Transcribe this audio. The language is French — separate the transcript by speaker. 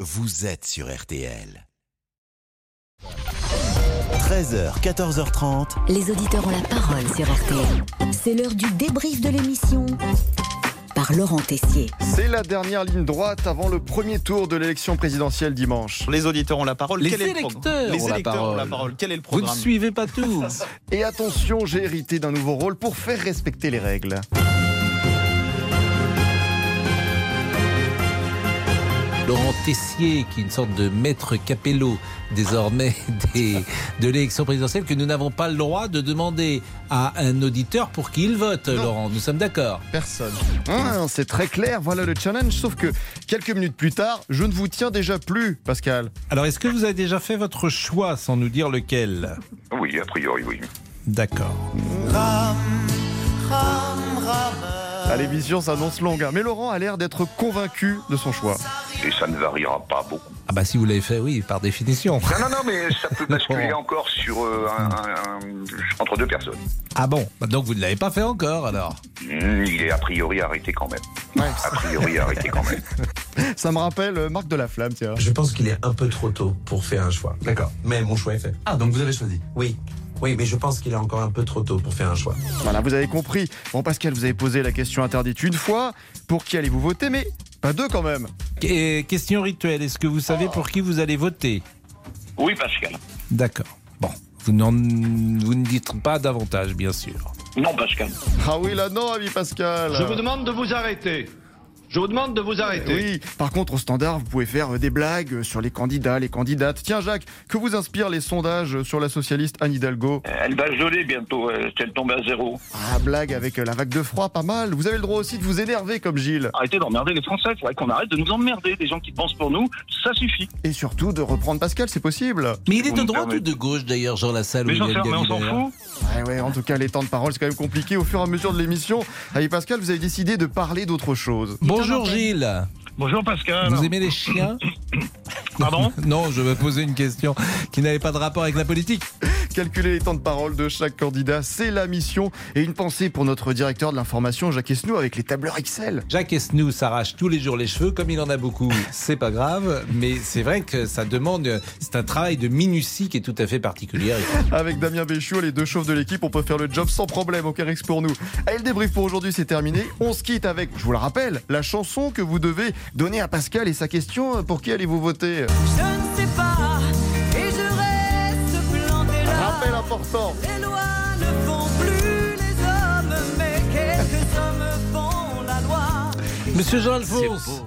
Speaker 1: vous êtes sur RTL. 13h, 14h30.
Speaker 2: Les auditeurs ont la parole sur RTL. C'est l'heure du débrief de l'émission par Laurent Tessier.
Speaker 3: C'est la dernière ligne droite avant le premier tour de l'élection présidentielle dimanche.
Speaker 4: Les auditeurs ont la parole.
Speaker 5: Les
Speaker 4: Quel est le
Speaker 5: électeurs
Speaker 4: programme Les
Speaker 5: ont la
Speaker 4: électeurs ont la
Speaker 5: parole.
Speaker 4: parole. Quel est le
Speaker 5: Vous ne
Speaker 4: programme
Speaker 5: suivez pas tout.
Speaker 3: Et attention, j'ai hérité d'un nouveau rôle pour faire respecter les règles.
Speaker 5: Laurent Tessier, qui est une sorte de maître capello désormais des- de l'élection présidentielle, que nous n'avons pas le droit de demander à un auditeur pour qui il vote, Laurent. Nous sommes d'accord.
Speaker 3: Personne. Ah, c'est très clair, voilà le challenge. Sauf que quelques minutes plus tard, je ne vous tiens déjà plus, Pascal.
Speaker 6: Alors, est-ce que vous avez déjà fait votre choix sans nous dire lequel
Speaker 7: Oui, a priori, oui.
Speaker 6: D'accord.
Speaker 3: À Ah, l'émission, ça annonce longue. hein. Mais Laurent a l'air d'être convaincu de son choix.
Speaker 7: Et ça ne variera pas beaucoup.
Speaker 5: Ah bah si vous l'avez fait, oui, par définition.
Speaker 7: Non, non, non, mais ça peut basculer encore sur euh, un- un- un- entre deux personnes.
Speaker 5: Ah bon Bah Donc vous ne l'avez pas fait encore alors
Speaker 7: Mm, Il est a priori arrêté quand même. A priori arrêté quand même.
Speaker 3: Ça me rappelle euh, Marc de la Flamme, tiens.
Speaker 8: Je pense qu'il est un peu trop tôt pour faire un choix. D'accord. Mais mon choix est fait. Ah, donc vous avez choisi Oui. Oui, mais je pense qu'il est encore un peu trop tôt pour faire un choix.
Speaker 3: Voilà, vous avez compris. Bon, Pascal, vous avez posé la question interdite une fois. Pour qui allez-vous voter Mais pas deux quand même.
Speaker 6: Et euh, question rituelle, est-ce que vous savez pour qui vous allez voter
Speaker 7: Oui, Pascal.
Speaker 6: D'accord. Bon, vous, n'en- vous ne dites pas davantage, bien sûr.
Speaker 7: Non, Pascal.
Speaker 3: Ah oui, là non, ami Pascal.
Speaker 9: Je vous demande de vous arrêter. Je vous demande de vous arrêter.
Speaker 3: Oui, par contre, au standard, vous pouvez faire euh, des blagues euh, sur les candidats, les candidates. Tiens, Jacques, que vous inspirent les sondages euh, sur la socialiste Anne Hidalgo
Speaker 7: Elle va geler bientôt. euh, si Elle tombe à zéro.
Speaker 3: Ah, blague avec euh, la vague de froid, pas mal. Vous avez le droit aussi de vous énerver comme Gilles.
Speaker 7: Arrêtez d'emmerder les Français. Il faudrait qu'on arrête de nous emmerder. Des gens qui pensent pour nous, ça suffit.
Speaker 3: Et surtout de reprendre Pascal, c'est possible.
Speaker 5: Mais il est
Speaker 7: Vous
Speaker 5: de
Speaker 7: me
Speaker 5: droite ou
Speaker 7: permettez.
Speaker 5: de gauche d'ailleurs, Jean Lassalle
Speaker 7: Mais
Speaker 5: ou
Speaker 7: j'en sais
Speaker 5: Lionel
Speaker 7: rien, mais on s'en
Speaker 5: Gabi, d'ailleurs
Speaker 7: fout.
Speaker 3: Ouais, ouais, en tout cas, les temps de parole, c'est quand même compliqué. Au fur et à mesure de l'émission, avec Pascal, vous avez décidé de parler d'autre chose.
Speaker 5: Bonjour Gilles,
Speaker 7: Bonjour, Pascal.
Speaker 5: vous aimez les chiens
Speaker 7: Pardon
Speaker 5: Non, je vais poser une question qui n'avait pas de rapport avec la politique.
Speaker 3: Calculer les temps de parole de chaque candidat, c'est la mission. Et une pensée pour notre directeur de l'information, Jacques Esnou, avec les tableurs Excel.
Speaker 6: Jacques Esnou s'arrache tous les jours les cheveux, comme il en a beaucoup, c'est pas grave, mais c'est vrai que ça demande, c'est un travail de minutie qui est tout à fait particulier.
Speaker 3: Avec Damien Béchiot, les deux chauves de l'équipe, on peut faire le job sans problème au Carix pour nous. Allez, le débrief pour aujourd'hui, c'est terminé. On se quitte avec, je vous le rappelle, la chanson que vous devez donner à Pascal et sa question euh, pour qui allez-vous voter
Speaker 10: Je ne sais pas, et je reste planté
Speaker 3: Rappel
Speaker 10: là.
Speaker 3: important
Speaker 10: Les lois ne font plus les hommes, mais quelques hommes font la loi.
Speaker 5: Monsieur Jean-Alphonse,